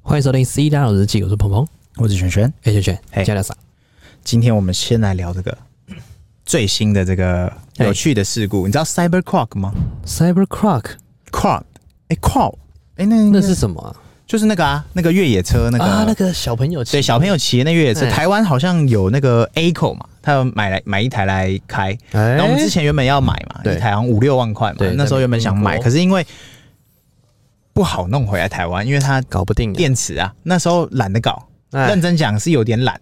欢迎收听《C 大佬日记》，我是鹏鹏，我是璇璇。哎，轩轩，嘿加聊啥？今天我们先来聊这个最新的这个嘿有趣的事故。你知道 Cyber Clock 吗 Cyber Clock ？Clock，哎、c l o c k 哎、那应该那是什么啊？就是那个啊，那个越野车那个、啊，那个小朋友骑对小朋友骑的那越野车，哎台湾好像有那个 A 口嘛，他有买来买一台来开。哎然后我们之前原本要买嘛，对一台好像五六万块嘛对，那时候原本想在美买，国可是因为不好弄回来台湾，因为它搞不定啊，电池啊，那时候懒得搞，哎认真讲是有点懒，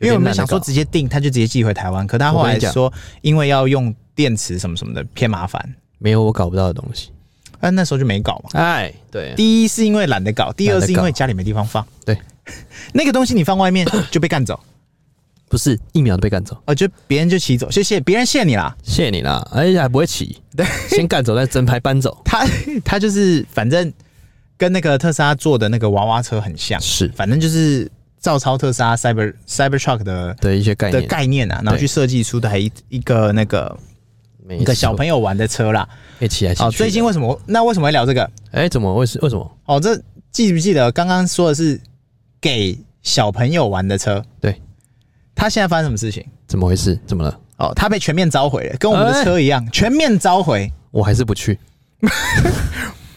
因为我们想说有点懒得搞直接订，他就直接寄回台湾，可他后我跟来你讲说因为要用电池什么什么的偏麻烦，没有我搞不到的东西。但那时候就没搞嘛。哎，对，第一是因为懒得搞，第懒二是得因搞为家里没地方放，对，那个东西你放外面 就被干走，不是一秒就被干走，哦，就别人就骑走，谢谢别人谢你啦。谢谢你啦，而且还不会骑，对，先干走再整排搬走，他 他就是反正跟那个特斯拉做的那个娃娃车很像，是反正就是照抄特斯拉 Cyber Cybertruck 的的一些概的念，概念啊，然后对去设计出台一一个那个一一个小朋友玩的车啦。友骑哎来骑去哦，的。最近为什么？那为什么会聊这个？哎，怎么为什为什么？哦，这记不记得刚刚说的是给小朋友玩的车？对，他现在发生什么事情？怎么回事？怎么了？哦，他被全面召回了，跟我们的车哎一样，全面召回。我还是不去，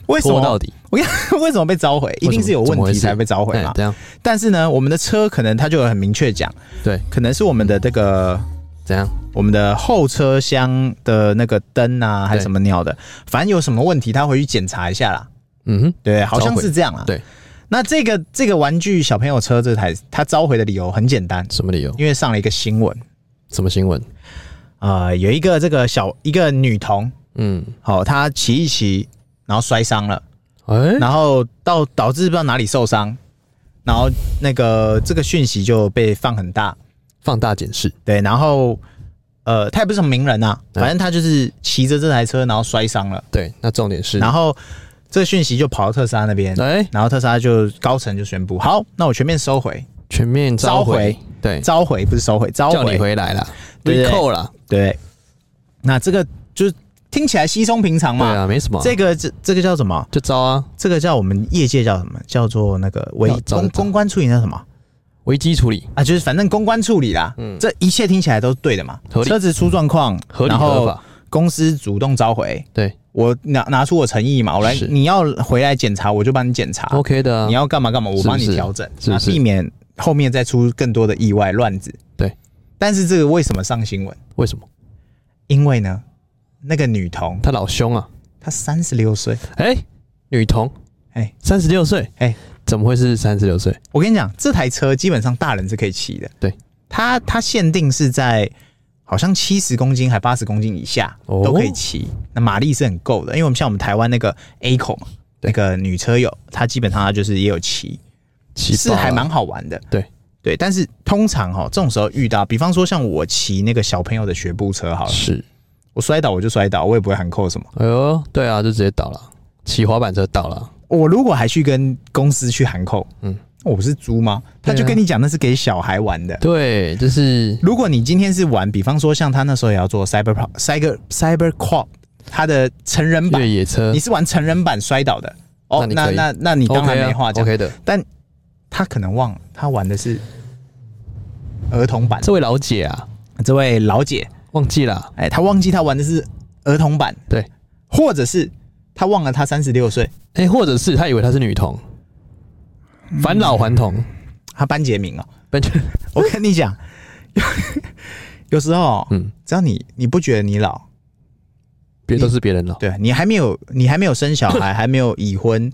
为什拖么到？底，我跟你 为什么被召回？一定是有为什么怎么问回题事才被召回哎嘛。这样但是呢，我们的车可能他就有很明确讲，对，可能是我们的这个怎样？我们的后车厢的那个灯啊，还是什么鸟的，反正有什么问题，他回去检查一下啦。嗯对，好像召回是这样啦。啊对，那这个这个玩具小朋友车这台，它召回的理由很简单哼，，什么理由？因为上了一个新闻，什么新闻？呃，有一个这个小一个女童，嗯，哦，她骑一骑，然后摔伤了，哎，然后到导致不知道哪里受伤，然后那个这个讯息就被放很大，放大检视，对，然后呃，她也不是什么名人啊，嗯反正她就是骑着这台车，然后摔伤了，对，那重点是，然后这个讯息就跑到特斯拉那边，哎，然后特斯拉就高层就宣布，好，那我全面收回，全面召回召，对，召回不是收回，召叫回你。回来啦，对对扣啦，对，那这个就是听起来稀松平常对嘛。啊，没什么，这个这这个叫什么？就招啊，这个叫我们业界叫什么？叫做那个危要找公找公关处理叫什么危机处理，啊？就是反正公关处理啦。嗯这一切听起来都是对的嘛。合理嗯车子出状况，合理然合后法，公司主动召回，对我拿拿出我诚意嘛，我来是你要回来检查，我就帮你检查。 ，OK 的啊你，要干嘛干嘛，我帮你是不是调整，是不啊是避免后面再出更多的意外乱子。对，但是这个为什么上新闻？为什么？因为呢，那个女童他老凶啊，她三十六岁，哎，女童，哎三十六岁，哎，怎么会是三十六岁？我跟你讲，这台车基本上大人是可以骑的。对，它它限定是在好像七十公斤还八十公斤以下、哦都可以骑，那马力是很够的。因为我们像我们台湾那个 A 口嘛，对那个女车友，她基本上她就是也有骑，骑是爆啊还蛮好玩的。对对，但是通常哈、这种时候遇到，比方说像我骑那个小朋友的学步车好了，是，我摔倒我就摔倒，我也不会喊扣什么。哎呦，对啊，就直接倒了，骑滑板车倒了，我如果还去跟公司去喊扣，嗯嗯，我是猪吗？他就对啊跟你讲那是给小孩玩的。对，就是如果你今天是玩，比方说像他那时候也要做 Cyber Pro- Cyber Cyber Quad，他的成人版越，野车你，是玩成人版摔倒的，哦，那你那可以那那你当然没话讲。 ，OK 的，但他可能忘了，他玩的是儿童版。这位老姐啊，这位老姐，忘记了，哎，她忘记她玩的是儿童版，对，或者是她忘了她三十六岁，哎，或者是他以为他是女童，嗯返老还童，她班杰明哦。本就我跟你讲，有有时候，嗯嗯，只要你你不觉得你老， 别都是别人了，对你还没有，你还没有生小孩，还没有已婚，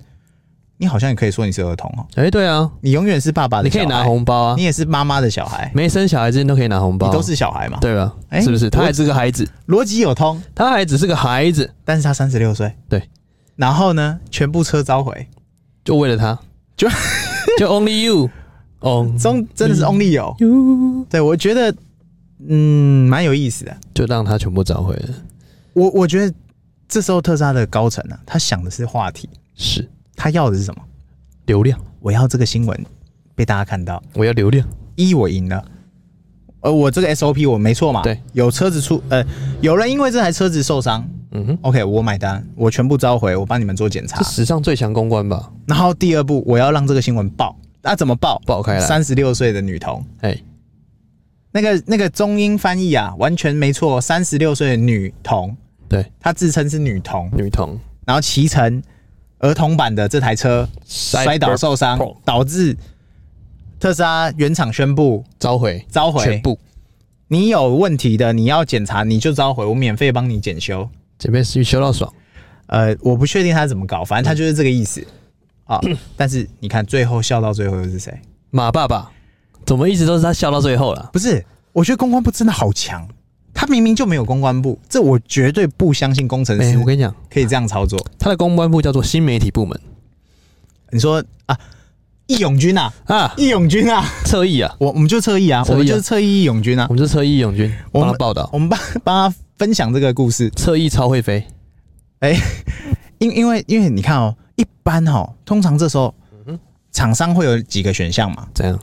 你好像也可以说你是儿童哦。哎，对啊，你永远是爸爸你的小可孩，以拿红包啊你，也是妈妈的小孩，没生小孩之前都可以拿红包啊，你都是小孩嘛。，对吧？哎是不是？他我还是个孩子，逻辑有通，他还只是个孩子，但是他三十六岁，对。然后呢，全部车召回，就为了他，就哦就 only you，on 中真嗯的是 only 有。 you，对我觉得，嗯，蛮有意思的。就让他全部找回了。我我觉得这时候特斯拉的高层呢、啊，他想的是话题，是他要的是什么？流量，我要这个新闻被大家看到，我要流量，一我赢了，呃，我这个 SOP 我没错嘛，对，有车子出，呃，有人因为这台车子受伤，嗯哼， OK，我买单，我全部召回，我帮你们做检查这。史上最强公关吧？然后第二步，我要让这个新闻爆。那、怎么爆？爆哎开来三十六岁的女童，哎，那个那个中英翻译啊，完全没错。三十六岁的女童，对，她自称是女童，女童然后骑乘儿童版的这台车摔倒受伤 Cyberpunk，导致特斯拉原厂宣布召回，召回。全部你有问题的，你要检查，你就召回，我免费帮你检修。准备是修到爽，呃，我不确定他怎么搞，反正他就是这个意思啊。但是你看，最后笑到最后又是谁？马爸爸怎么一直都是他笑到最后了？不是，我觉得公关部真的好强，他明明就没有公关部，这我绝对不相信工程哎、师我跟你讲，可以这样操作。他的公关部叫做新媒体部门你说啊，义勇军啊， 啊，义勇军啊，侧翼啊，我我们就侧翼啊，侧翼啊我们就是侧翼义勇军啊我，们是侧翼义勇军，我帮他们报道，我们帮帮他分享这个故事，侧翼超会飞，因因为因为你看哦，一般哦，通常这时候厂商会有几个选项嘛，怎样？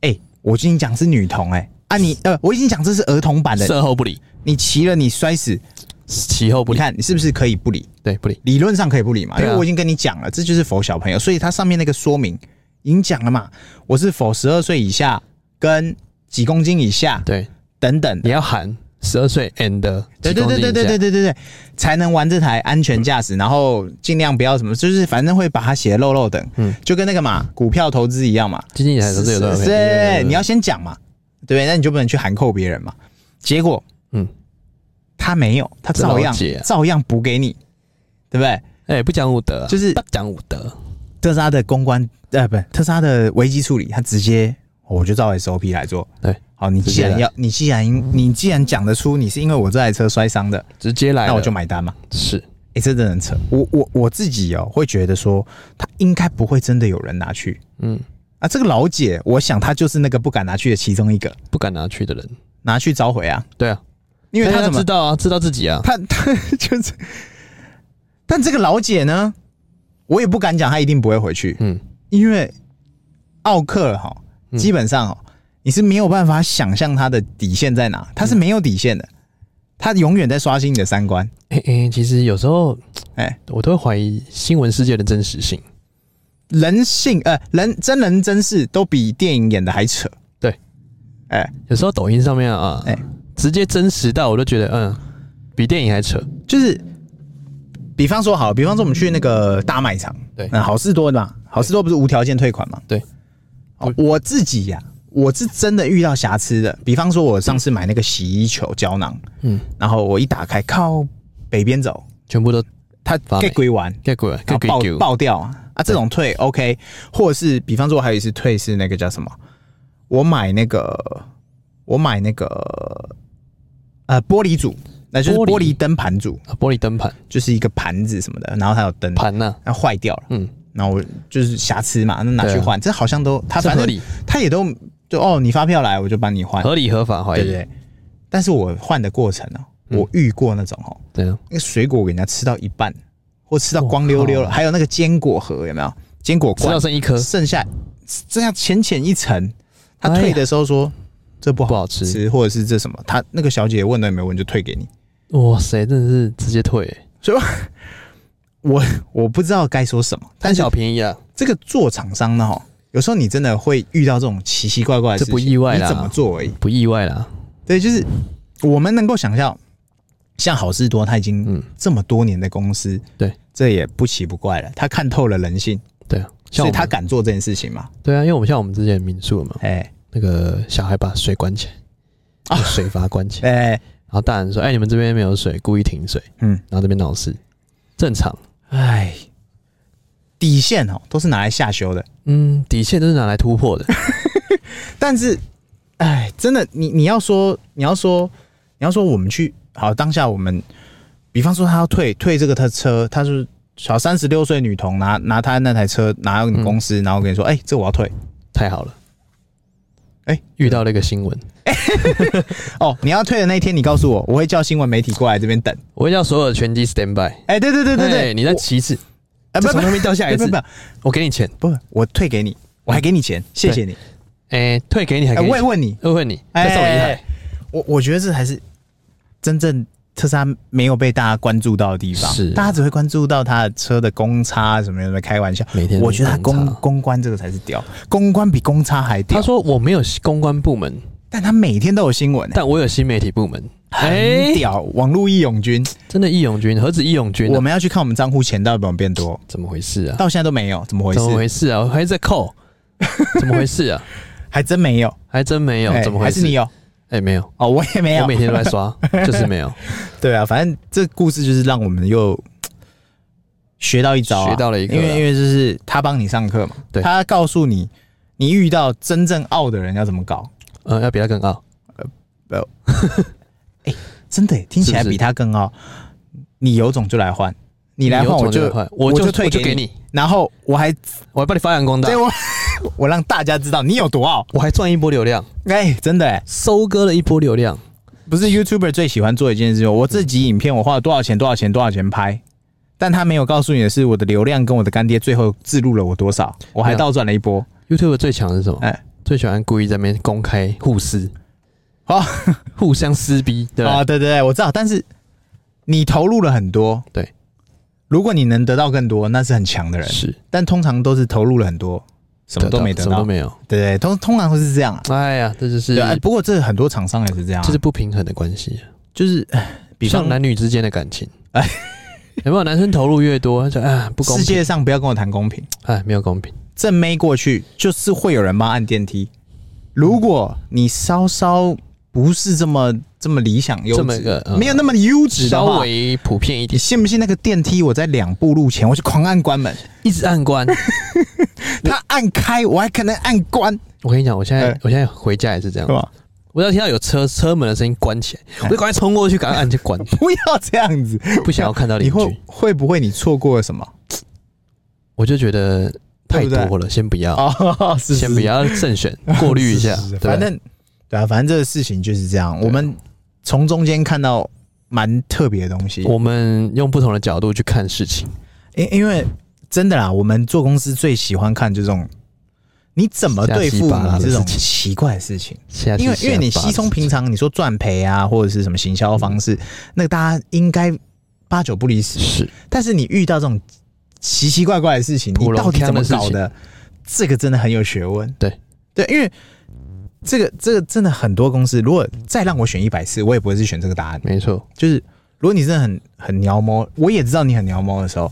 哎、我已经讲是女童、哎。啊你，呃，我已经讲这是儿童版的，售后不理，你骑了你摔死，其后不你理，看你是不是可以不理？对不理，理论上可以不理嘛，因对啊为我已经跟你讲了，这就是否小朋友，所以它上面那个说明已经讲了嘛，我是否十二岁以下跟几公斤以下对，等等你的。要喊十二岁 and 对对对对对对对，对对对，才能玩这台安全驾驶，然后尽量不要什么，就是反正会把它写的漏漏等，嗯就跟那个嘛股票投资一样嘛，经纪人还是有这个，是是你要先讲嘛，对不对？那你就不能去函扣别人嘛。结果嗯，他没有，他这老照样姐啊照样补给你，对不对？哎、不讲武德啊、就是不讲武德，特斯拉的公关，呃，不，特斯拉的危机处理，它直接哦我就照 SOP 来做。对，好，你直既接然来要，你既然你既然讲得出你是因为我这台车摔伤的，直接来了，那我就买单嘛。是哎、这真的很扯。我我我自己哦，会觉得说，他应该不会真的有人拿去嗯，啊。这个老姐，我想她就是那个不敢拿去的其中一个，不敢拿去的人，拿去召回啊，对啊，因为但她是怎么知道啊，知道自己啊，他 他就是，但这个老姐呢，我也不敢讲她一定不会回去，嗯，因为奥克哈，嗯基本上哦，你是没有办法想象她的底线在哪，她是没有底线的，她永远在刷新你的三观。哎、哎、其实有时候哎，我都会怀疑新闻世界的真实性，人性呃，人真人真事都比电影演的还扯。对，哎、有时候抖音上面啊，哎直接真实到我都觉得，嗯，比电影还扯，就是，比方说好，比方说我们去那个大卖场，对嗯，好事多的嘛，好事多不是无条件退款嘛？对哦，我自己呀、我是真的遇到瑕疵的，比方说我上次买那个洗衣球胶囊，嗯，然后我一打开靠北边走，全部都它发霉给归完， get 过来然后，get 爆 get 爆掉啊，啊这种退 OK，或者是比方说我还有一次退是那个叫什么，我买那个我买那个呃玻璃组，那就是玻璃玻璃灯盘组，啊玻璃灯盘就是一个盘子什么的，然后它有灯，盘呐，它坏掉了，嗯，然后我就是瑕疵嘛，那拿去对啊换，这好像都他这反合正理他也都就哦，你发票来我就帮你换，合理合法怀对疑，对对。但是我换的过程哦，嗯我遇过那种哦，对啊，那个水果给人家吃到一半，或吃到光溜溜了，还有那个坚果盒有没有？坚果吃到罐剩一颗剩下剩下浅浅一层，他哎呀退的时候说。这不不好好吃或者是这什么？他那个小姐问了有没有问，就退给你。哇塞，真的是直接退、欸，我我不知道该说什么，但贪是小便宜啊，这个做厂商呢，哈，有时候你真的会遇到这种奇奇怪怪的事情，这不意外啦你怎么做而已。不意外啦，对，就是我们能够想象，像好事多，他已经嗯这么多年的公司，对，这也不奇不怪了。他看透了人性，对啊，像所我以们他敢做这件事情嘛？对啊，因为我们像我们之前民宿嘛，哎那个小孩把水关起来，啊，水阀关起来，哎，然后大人说：“哎、你们这边没有水，故意停水。”嗯然后这边闹事，正常。哎，底线哦都是拿来下修的，嗯，底线都是拿来突破的。但是，哎，真的，你你要说你要说你要说我们去好当下我们，比方说他要退退这个他车，他是小三十六岁女童拿拿他那台车拿到你公嗯司，然后跟你说，哎、这我要退。太好了，哎遇到了一个新闻，哦，你要退的那一天，你告诉我，我会叫新闻媒体过来这边等。我会叫所有的拳击 stand by。哎、对对对对对，哎你在我旗帜，哎、这不从不上面掉下来一不次不，我给你钱，不不，我退给你，我还给你钱，谢谢你。哎、退给你还哎、给你我也钱，问你，我问你，哎再送我一哎台。哎我我觉得这才是真正特斯拉没有被大家关注到的地方，是大家只会关注到它的车的公差什么的，开玩笑。每天都我觉得它公公差公关这个才是屌，公关比公差还屌。他说我没有公关部门，但他每天都有新闻、欸，但哎我有新媒体部门。很屌。网络义勇军，真的义勇军何止义勇军、我啊？们要去看我们账户钱到底有没有变多，怎么回事啊？到现在都没有，怎么回怎么事？回事啊？我还在 扣，怎么回事啊？还真没有，还真没有，哎怎么还回是事？你有？哎，没有，哦，我也没有。我每天都在 刷，就是没有对啊，反正这故事就是让我们又学到一招、啊，学到了一个啊因为因为就是他帮你上课嘛，对他告诉你你遇到真正傲的人要怎么搞，呃，要比他更傲，真的耶听起来是不是比他更傲。你有种就来换，你来换有我种就来换我就就退我就给你你，然后我还我还帮你发扬光大对，我 我让大家知道你有多傲，我还赚一波流量，哎、真的、哎，收割了一波流量。不是 YouTuber 最喜欢做一件事情，我这集影片我花了多少钱多少钱多少钱拍。但他没有告诉你的是，我的流量跟我的干爹最后自录了我多少，我还没有倒赚了一波。 YouTube 最强的是什么？哎最喜欢故意在那边公开互撕，好 互相撕逼，对吧？啊，对对对，我知道，但是你投入了很多，对，如果你能得到更多，那是很强的人，是，但通常都是投入了很多，什么都没得什么到，都没有。对对，通通常会是这样啊。哎呀，这就是对，哎不过这很多厂商也是这样啊、这是不平衡的关系，就是，哎比方像男女之间的感情。哎哎， 有没有男生投入越多，他就啊不公世平，界上不要跟我谈公平，哎没有公平，正妹过去就是会有人帮按电梯，如果你稍稍不是这么这么理想优这么质，个嗯没有那么优质的稍话。微普遍一你点，信不信那个电梯？我在两步路前我就狂按关门，一直按 关。他按开，我还可能按关，我跟你讲，我现在哎哦我现在回家也是这样对，吧？我只要听到有车车门的声音关起来，哎我就赶快冲过去，赶快按就关，不要这样子，不想要看到你邻会居，会不会你错过了什么？我就觉得太对不多了，先不要，哦， 是先不要慎选， 过滤一下是是是，对反正对啊，反正这个事情就是这样。我们从中间看到蛮特别的东西，我们用不同的角度去看事情，因因为真的啦，我们做公司最喜欢看这种你怎么对瞎付七八你糟的这种事情奇怪的事情。现在因为因为你稀松平常，常，你说赚赔啊，或者是什么行销方嗯式，那个大家应该八九不离十。是但是你遇到这种奇奇怪怪的事情，你普到龙底腔怎么的事搞情的？这个真的很有学问。对对，因为这个这个真的很多公司，如果再让我选一百次，我也不会是选这个答案。没错，就是如果你真的很很鸟猫，我也知道你很鸟猫的时候，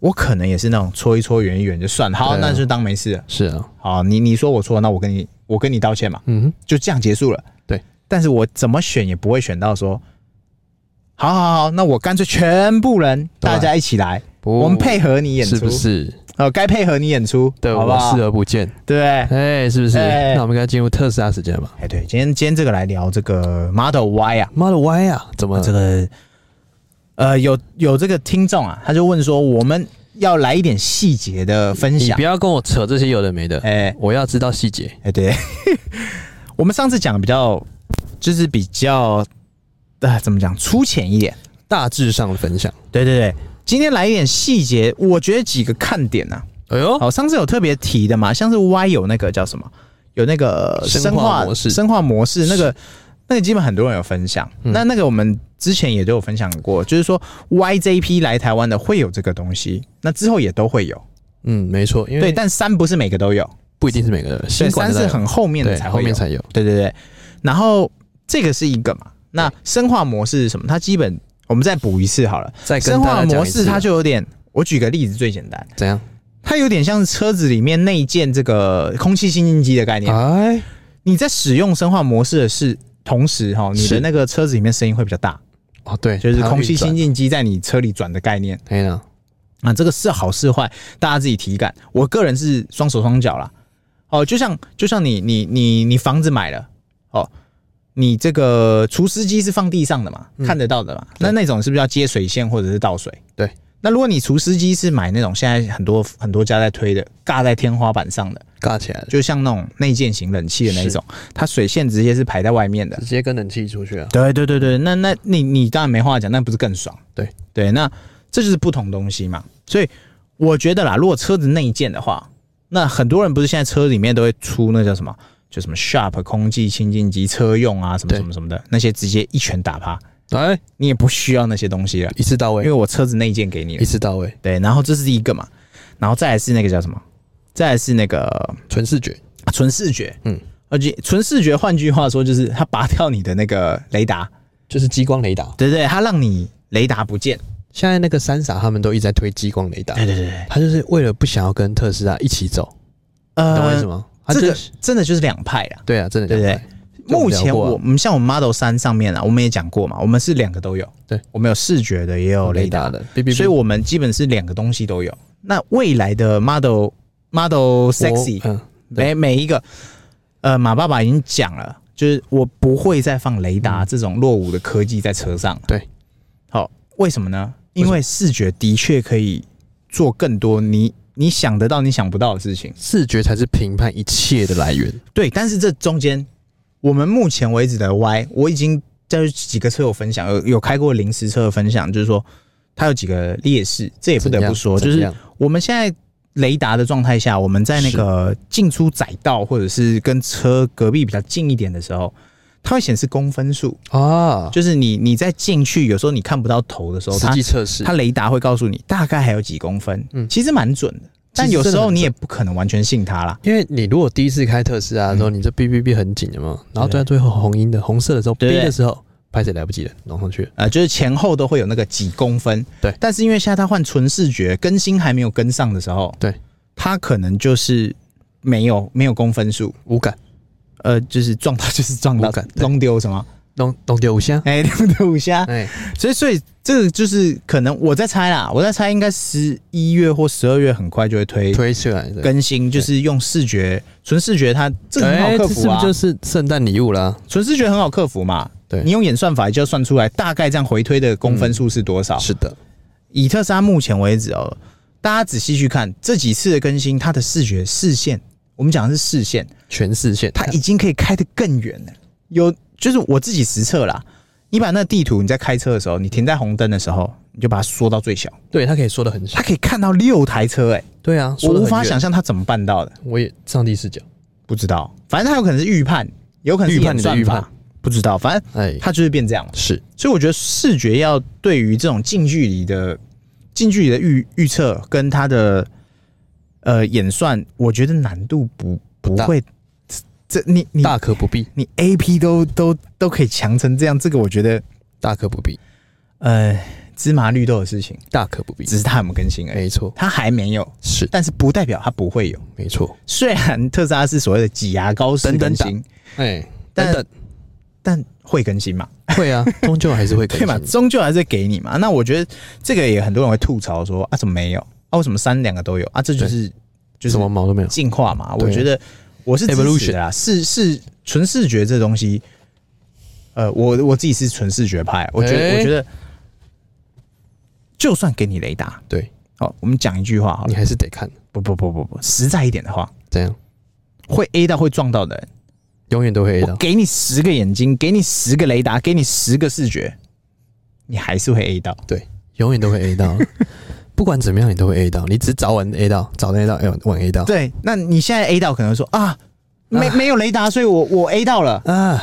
我可能也是那种搓一搓圆一圆就算了，好，对啊那就当没事了。是啊，好，你你说我错，那我跟你我跟你道歉嘛，嗯哼，就这样结束了。对，但是我怎么选也不会选到说，好好好，那我干脆全部人对啊大家一起来，不我们配合你演出，哦是不是？呃，该配合你演出，对，好我哦不们好？视而不见，对不对。哎，是不是？哎那我们该进入特斯拉时间吧哎，对，今天今天这个来聊这个 Model Y 啊， ？Model Y 啊，怎么这个呃有有这个听众啊，他就问说，我们要来一点细节的分你享不。要跟我扯这些有的没的，哎我要知道细节。哎，对， 我们上次讲比较就是比较呃怎么讲粗浅一点，大致上的分享。对对对。今天来一点细节，我觉得几个看点呐、哎啊。呦，好，上次有特别提的嘛，像是 Y 有那个叫什么，有那个生化模式生化模式那个，那个基本很多人有分享。嗯那那个我们之前也都有分享过，就是说 Y 这一批来台湾的会有这个东西，那之后也都会有。嗯，没错，因对，为但三不是每个都有，不一定是每个对，新三管是的很后面的对才后会有面。才有。对对对，然后这个是一个嘛，那生化模式是什么？它基本我们再补一次好了。再跟生大化家讲模一次啊式它就有点，我举个例子最简单，怎样？它有点像是车子里面内建这个空气清净机的概念。哎，你在使用生化模式的是同时哈，你的是那个车子里面声音会比较大，哦对，就是空气清新。净机在你车里转的概念。可以呢，啊，这个是好是坏，大家自己体感。我个人是双手双脚啦。哦，就像就像你你你你房子买了，哦，你这个除湿机是放地上的嘛，看得到的嘛。那那种是不是要接水线或者是倒水？对。那如果你除湿机是买那种现在很多很多家在推的，尬在天花板上的，尬起来了，就像那种内建型冷气的那一种，它水线直接是排在外面的直。接跟冷气出去啊。对对对对，那那你你当然没话讲，那不是更爽？对对，那这就是不同东西嘛。所以我觉得啦，如果车子内建的话，那很多人不是现在车里面都会出那叫什么，就什么 Sharp 空气清净机车用啊，什么对什么什么的，那些直接一拳打趴。哎，你也不需要那些东西了，一次到因为位，我车子内建给你一了。次到位，对，然后这是第一个嘛，然后再来是那个叫什么？再来是那个啊纯视觉，纯、视觉，嗯，而且纯视觉，换句话说就是它拔掉你的那个雷达，就是激光雷达。对对，它让你雷达不见。现在那个三傻他们都一直在推激光雷达，对对对对，他就是为了不想要跟特斯拉一起走，呃，你懂我意思吗？他这就个是真的就是两派啊。对啊，真的对不两对派这我目们聊前过啊我们像我们 Model 三上面啊，我们也讲过嘛，我们是两个都有，对我们有视觉的，也有有雷雷达达的，的，哔哔哔所以我们基本是两个东西都有。那未来的 Model Model 我 Sexy 嗯，对每每一个，呃，马爸爸已经讲了，就是我不会再放雷达这种落伍的科技在车上。嗯对，好，为什么呢？因为为视觉的确可以做更多你你想得到、你想不到的事情。视觉才是评判一切的来源。对，但是这中间，我们目前为止的 Y，我已经在几个车友分享，有有开过临时车的分享，就是说它有几个劣势，这也不得怎样不说，怎就是样我们现在雷达的状态下，我们在那个进出窄道或者是跟车隔壁比较近一点的时候，它会显示公分数，啊，就是你你在进去，有时候你看不到头的时候，实它际测试，它雷达会告诉你大概还有几公分，嗯其实蛮准的，但其实有时真的候很你也准不可能完全信它啦。因为你如果第一次开特斯拉的时嗯候，你这哔哔哔很紧的嘛，然后对到最后红音的红色的时候，对对哔的时候，拍谁来不及了，弄上去了。呃，就是前后都会有那个几公分。对但是因为现在它换纯视觉，更新还没有跟上的时候，对，它可能就是没有没有公分数，无感，呃，就是撞到就是撞到无感，对弄丢什么，弄弄丢五箱，哎，弄丢五下。啊哎，所以所以这个就是可能我在猜啦，我在猜应该十一月或十二月很快就会推。推出来的。更新就是用视觉，纯视觉它这个很好哎，克这服是不啊是，就是圣诞礼物啦？纯视觉很好克服嘛。对嗯你用演算法就算出来大概这样回推的公分数是多少？是的，以特斯拉目前为止哦，大家仔细去看这几次的更新，它的视觉视线，我们讲的是视线，全视线，它已经可以开得更远了。有就是我自己实测啦，你把那地图你在开车的时候，你停在红灯的时候，你就把它缩到最小，对它可以缩的很小它。可以看到六台车、欸，哎，对啊，我缩得无很法远想，象它怎么办到的，我也上帝视角。不知道，反正它有可能是预判，有可能是预判你的演算法预判，不知道，反正哎，它就是变这样嘛。是所以我觉得视觉要对于这种近距离的近距离的预预测跟它的呃演算，我觉得难度不不大会。这你你大可不必，你 A P 都都都可以强成这样，这个我觉得大可不必，呃芝麻绿豆的事情，大可不必。只是它有没有更新而已，没错，它还没有，是但是不代表它不会有。没错。虽然特斯拉是所谓的挤牙膏式等等更党新，哎，但等等，但会更新嘛？会 啊，终究还是会更对新嘛，的。终究还是会给你嘛。那我觉得这个也很多人会吐槽说啊，怎么没有啊？为什么三两个都有啊？这就是就是什么毛都没有。进化嘛。对我觉得我是支持 Evolution 的啦，视视纯视觉这东西，呃，我我自己是纯视觉派，我觉得、诶我觉得，就算给你雷达，对哦，我们讲一句话好你了，还是得看，不不不不不，实在一点的话，怎样，会 A 到会撞到的人，永远都会 A 我到。给你十个眼睛，给你十个雷达，给你十个视觉，你还是会 A 到。对，永远都会 A 到，不管怎么样你都会 A 到，你只是早晚 A 到，早的 A 到，哎晚 A 到。对，那你现在 A 到可能说啊，没没有雷达，所以我我 A 到了啊，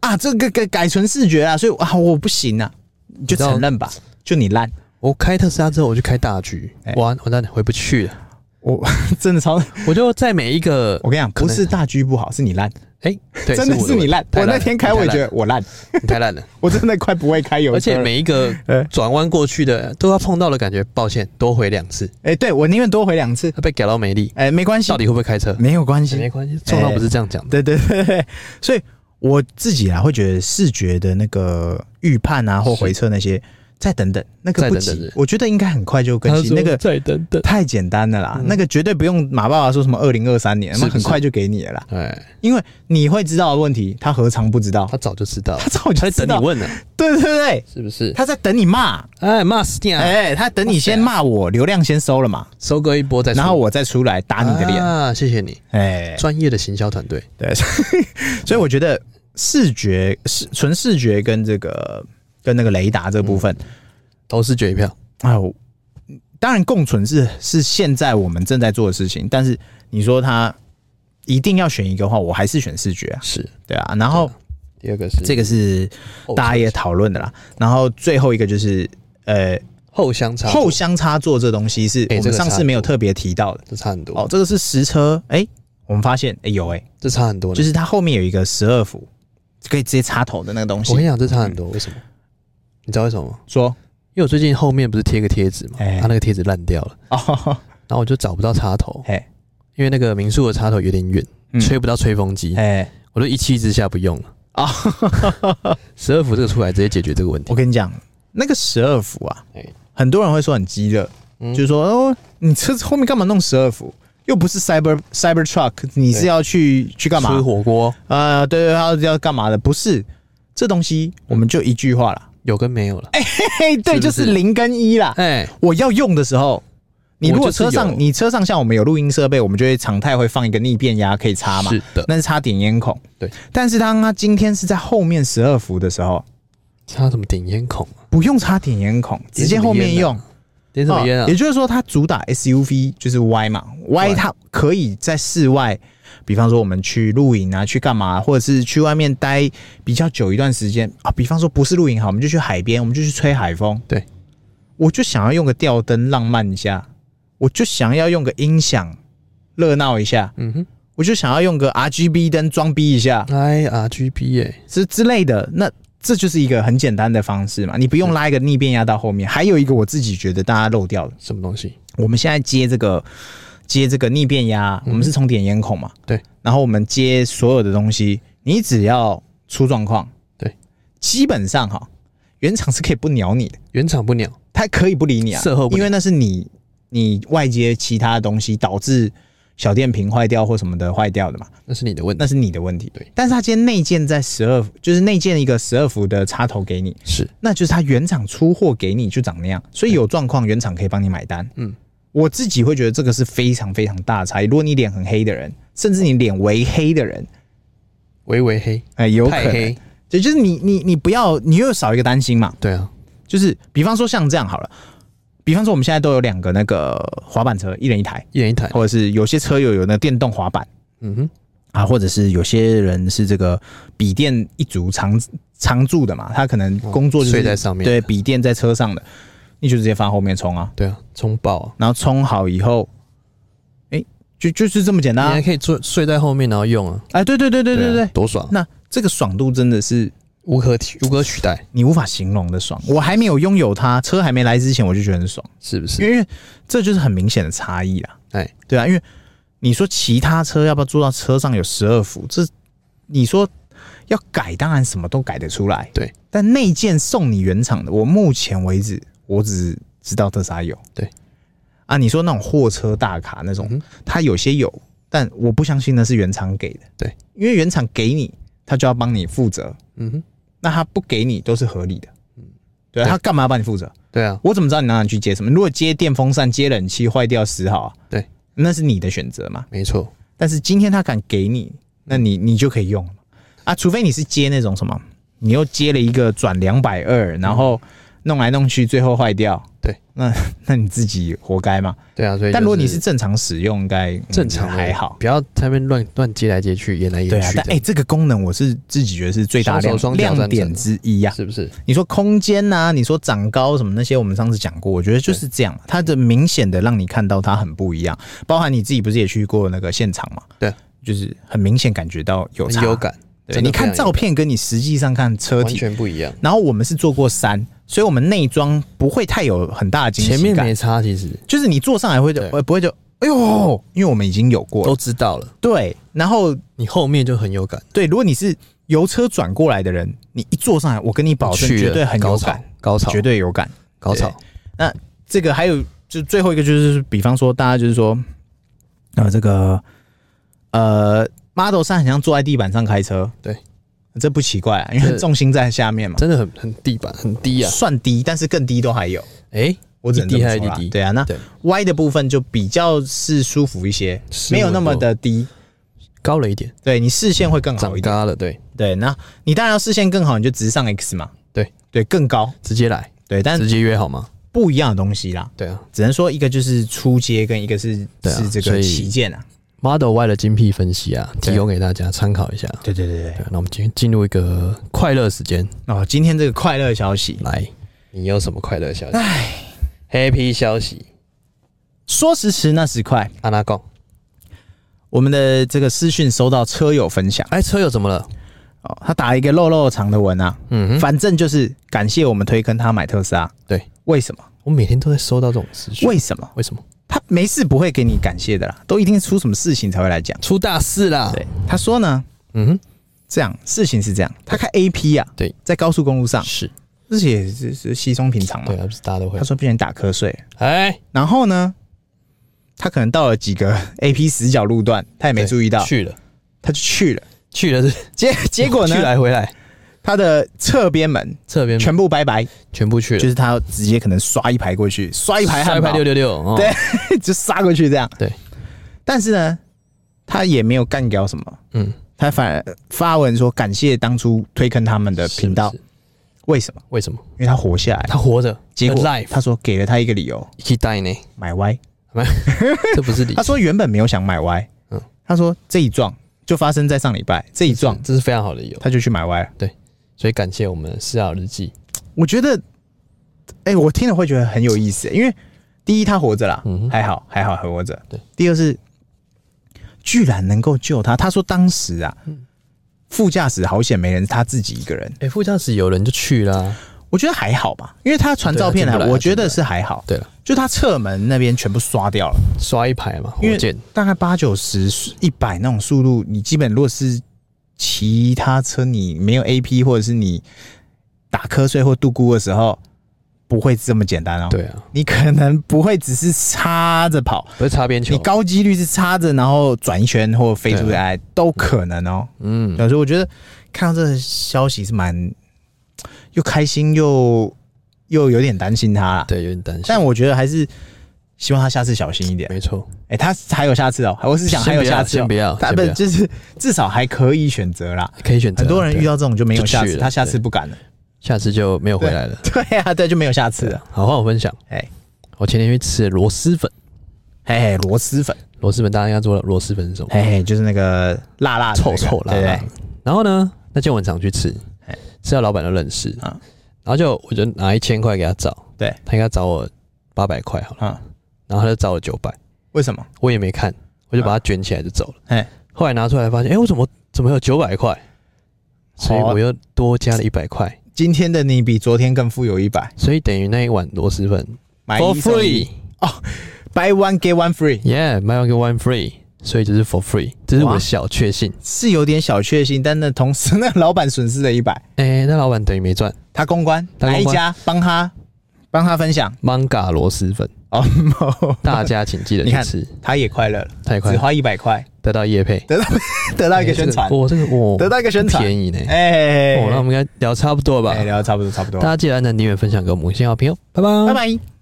啊，这个改改成视觉啊，所以啊我不行啊，你就知道承认吧，就你烂，我开特斯拉之后我就开大局哎，完完蛋了，回不去了。我 真的超，我就在每一个我跟你讲，不是大狙不好，是你烂，哎，对，真的我是你烂。太我烂了那天开，我也觉得我烂，你太烂 了，我真的快不会开油而车且了。每一个呃转弯过去的都要碰到的感觉，抱歉，多回两次，哎，对我宁愿多回两次，他被改到没力，哎，没关系到，底会不会开车？没有关系，没关系，撞到不是这样讲的，对对对对，所以我自己啊会觉得视觉的那个预判啊或回测那些，再等等，那个再不等急，等是我觉得应该很快就更他新，那个再等等，太简单了啦，嗯那个绝对不用马爸爸说什么二零二三年，是那不是很快就给你了啦，哎，因为你会知道的问题，他何尝不知道？他早就知道了他，早他就在知等道你，问呢，对对对，是不是？他在等你骂，哎，骂死你啊！哎，他等你先骂我，流量先收了嘛，收割一波再说，然后我再出来打你的脸，啊！谢谢你，哎，专业的行销团队，对，所以我觉得视觉视纯视觉跟这个跟那个雷达这部分，嗯投视觉一票，哎、我当然共存是是现在我们正在做的事情，但是你说它一定要选一个的话，我还是选视觉啊，是对啊，然后第二个是这个是大家也讨论的啦。然后最后一个就是呃后箱差后箱插座这东西是哎我这个们上插次座没有特别提到的这差很多哦，这个是实车哎、我们发现哎、有哎、这差很多呢。就是它后面有一个十二伏可以直接插头的那个东我跟西，你讲，这差很多，为什么？你知道为什么吗？说嗯因为我最近后面不是贴个贴纸嘛，它、哎那个贴纸烂掉了，哦 然后我就找不到插头，嘿因为那个民宿的插头有点远，嗯吹不到吹风机，哎我就一气之下不用了。啊， 十二伏这个出来直接解决这个问题我。跟你讲那个十二伏啊哎，很多人会说很鸡肋，嗯就是说哦你车子后面干嘛弄十二伏？又不是 Cyber Cyber Truck，你是对要去去干嘛？吃火锅呃，对对，他要干嘛的？不是这东西，我们就一句话啦，有跟没有了？哎、 哎嘿，对，是不就是是零跟一啦。我要用的时候，你如我果就是车上有你车上像我们有录音设备，我们就会常态会放一个逆变压可以插嘛，是的，那是插点烟孔。对，但是当它今天是在后面十二伏的时候，插什么点烟孔啊？不用插点烟孔，直接后面用。点什么烟啊哦？也就是说，它主打 SUV 就是 Y 嘛，Y 它可以在室外，比方说我们去露营啊，去干嘛，或者是去外面待比较久一段时间啊。比方说不是露营好，我们就去海边，我们就去吹海风。对，我就想要用个吊灯浪漫一下，我就想要用个音响热闹一下，嗯哼我就想要用个 RGB 灯装逼一下， ，I R G B 哎、之之类的。那这就是一个很简单的方式嘛，你不用拉一个逆变压到后面。还有一个我自己觉得大家漏掉的。什么东西？我们现在接这个接这个逆变压，我们是从点烟孔嘛，嗯对，然后我们接所有的东西，你只要出状况，对，基本上哈，原厂是可以不鸟你的，原厂不鸟，它可以不理你啊，售后不理因为那是你你外接其他东西导致小电瓶坏掉或什么的坏掉的嘛，那是你的问题那。是你的问题，对，但是它今天内建在十二，就是内建一个十二伏的插头给你，是那就是他原厂出货给你就长那样，所以有状况原厂可以帮你买单。嗯嗯，我自己会觉得这个是非常非常大的差异。如果你脸很黑的人，甚至你脸微黑的人，微微黑，哎、有可太能黑，，对，就是你你你不要，你又少一个担心嘛。对啊，就是比方说像这样好了，比方说我们现在都有两个那个滑板车，一人一台，一人一台。或者是有些车友有那个电动滑板嗯哼，啊，或者是有些人是这个笔电一族常常住的嘛，他可能工作就哦是、睡在上面对，笔电在车上的，你就直接放后面充啊，对啊，冲爆啊！然后充好以后，哎、就就是这么简单、你啊还。可以睡睡在后面，然后用啊。哎，对对对对对啊对，多爽，那这个爽度真的是无可替无可取代，你无法形容的爽。我还没有拥有它，车还没来之前，我就觉得很爽，是不是？因为这就是很明显的差异啦。哎，对啊，因为你说其他车要不要做到车上有十二伏，这你说要改，当然什么都改得出来。对，但内件送你原厂的，我目前为止我只知道特斯拉有。对，啊，你说那种货车大卡那种，嗯它有些有，但我不相信那是原厂给的。对，因为原厂给你，他就要帮你负责，嗯哼，嗯那他不给你都是合理的。对对啊，他干嘛要帮你负责？对啊，我怎么知道你哪里去接什么？如果接电风扇、接冷气坏掉死好啊，对，那是你的选择嘛。没错，但是今天他敢给你，那你你就可以用了嘛啊，除非你是接那种什么，你又接了一个转两百二，然后弄来弄去，最后坏掉。嗯对，那那你自己活该嘛。对啊，所以但如果你就是是正常使用，应该嗯正常的还好。不要在那边乱乱接来接去，演来演对啊，去但哎、的，这个功能我是自己觉得是最大双亮手双脚亮战点争之一啊呀、是不是？你说空间呐、你说长高什么那些，我们上次讲过，我觉得就是这样，它的明显的让你看到它很不一样。包含你自己不是也去过那个现场嘛？对，就是很明显感觉到有很差有。感，对，真的你看非常照有片跟你实际上看车完体，全不一样，然后我们是做过山，所以我们内装不会太有很大的惊喜前感。面没差，其实就是你坐上来会就对哦呃不会就哎呦，因为我们已经有过都了。知道了，对，然后你后面就很有感，对，如果你是油车转过来的人，你一坐上来，我跟你保证去了绝对很有高潮感，，高潮，绝对有感。高潮，这个还有就最后一个就是，比方说大家就是说，呃，这个呃，Model 三很像坐在地板上开车，对，这不奇怪啊，因为这重心在下面嘛，真的很很地板很低啊，算低，但是更低都还有，哎，我只能这一低么还说啦一低对啊，那对， Y 的部分就比较是舒服一些，没有那么的低，高了一点，对你视线会更好长一点，高了，对，对，那你当然要视线更好，你就直上 X 嘛，对对，更高，直接来，对，但直接约好吗？不一样的东西啦，对啊，只能说一个就是初阶跟一个是对啊是这所个以旗舰啊， Model Y 的精辟分析啊，对提供给大家参考一下。对对对对对，，那我们今天进入一个快乐时间，哦，今天这个快乐消息，来，你有什么快乐消息？哎，Happy 消息，说时迟那时快，阿拉贡，我们的这个私讯收到车友分享哎，车友怎么了？哦，他打了一个肉肉长的文啊，嗯哼，反正就是感谢我们推坑他买特斯拉。对，为什么？我每天都在收到这种私讯，为什么？为什么他没事不会给你感谢的啦，都一定是出什么事情才会来讲。出大事啦？对，他说呢，嗯这样事情是这样，他开 A P 啊，对，在高速公路上哼，，是，这也是是稀松平常嘛对，。啊，不是大家都会他。说被人打瞌睡，哎，然后呢，他可能到了几个 A P 死角路段，他也没对注意到，去了，他就去了。去了是， 结结果去呢，来回嗯来，他的侧边门侧边全部拜拜，全部去了，就是他直接可能刷一排过去，刷一排下汉一排堡六，六六，哦对， 就杀过去这样。对，但是呢，他也没有干掉什么，嗯，他反而发文说感谢当初推坑他们的是频道，不是为什么？为什么因为他活下来，他活着？结果 life 他说给了他一个理由期待呢？买 Y， 这不是理他，说原本没有想买 Y，嗯他说这一撞就发生在上礼拜，这一撞这是非常好的理由，他就去买 Y 了。所以感谢我们的四号日记，我觉得，哎、我听了会觉得很有意思，因为第一他活着啦，嗯哼还好还好还活着。对，第二是居然能够救他，他说当时啊，嗯副驾驶好险没人，他自己一个人，哎，副驾驶有人就去啦，我觉得还好吧，因为他传照片对他啊进不来我他进觉不得来是还好，对了，就他侧门那边全部刷掉了，刷一排嘛，火因为箭，大概八九十、一百那种速度，你基本如果是其他车，你没有 AP 或者是你打瞌睡或度孤的时候，不会这么简单哦。对啊，你可能不会只是插着跑，不是擦边球你，高几率是插着然后转一圈或飞出来都可能哦。嗯，所以我觉得看到这个消息是蛮又开心又又有点担心他啦，对，有点担心但，我觉得还是希望他下次小心一点。没错，哎、他还有下次哦，我是想还有下次、哦先不要先不要他先不不要就是至少还可以选择啦。可以选择啊，很多人对遇到这种就没有下就次，去了他下次不敢了。下次就没有回来了。 对啊，对，就没有下次了。好，换我分享，哎我前天去吃的螺蛳粉，嘿嘿，螺蛳粉，螺蛳粉大家应该知道螺蛳粉是什么，嘿嘿，就是那个辣辣的那臭个臭辣哎对不对辣。然后呢，那间我很常去吃哎，吃到老板都认识，啊然后就我就拿一千块给他找，对，他应该找我八百块好了，啊，然后他就找我九百，为什么？我也没看，我就啊把它卷起来就走了。哎，后来拿出来发现，哎、我怎么怎么有九百块？所以哦我又多加了一百块，今天的你比昨天更富有一百，所以等于那一碗螺蛳粉买 for 一送一 free，yeah， ，buy one get one free，买 one get one free，所以就是 for free，这是我哇的小确幸。是有点小确幸，但那同时那老板损失了一百，哎、那老板等于没赚。他公关他公关哪一家帮他帮他分享 manga 螺蛳 粉，哦，no，大家请记得你去看吃，他也快乐了，太快只了花一百块得到叶配，得到一个哎这宣传，哇，这个哇，得到一个宣传，便宜呢。哎，哦，那我们应该聊差不多吧哎，？聊得差不多差不多大，家记得按赞、订阅、分享给我们五星好评哦，拜拜，拜。拜。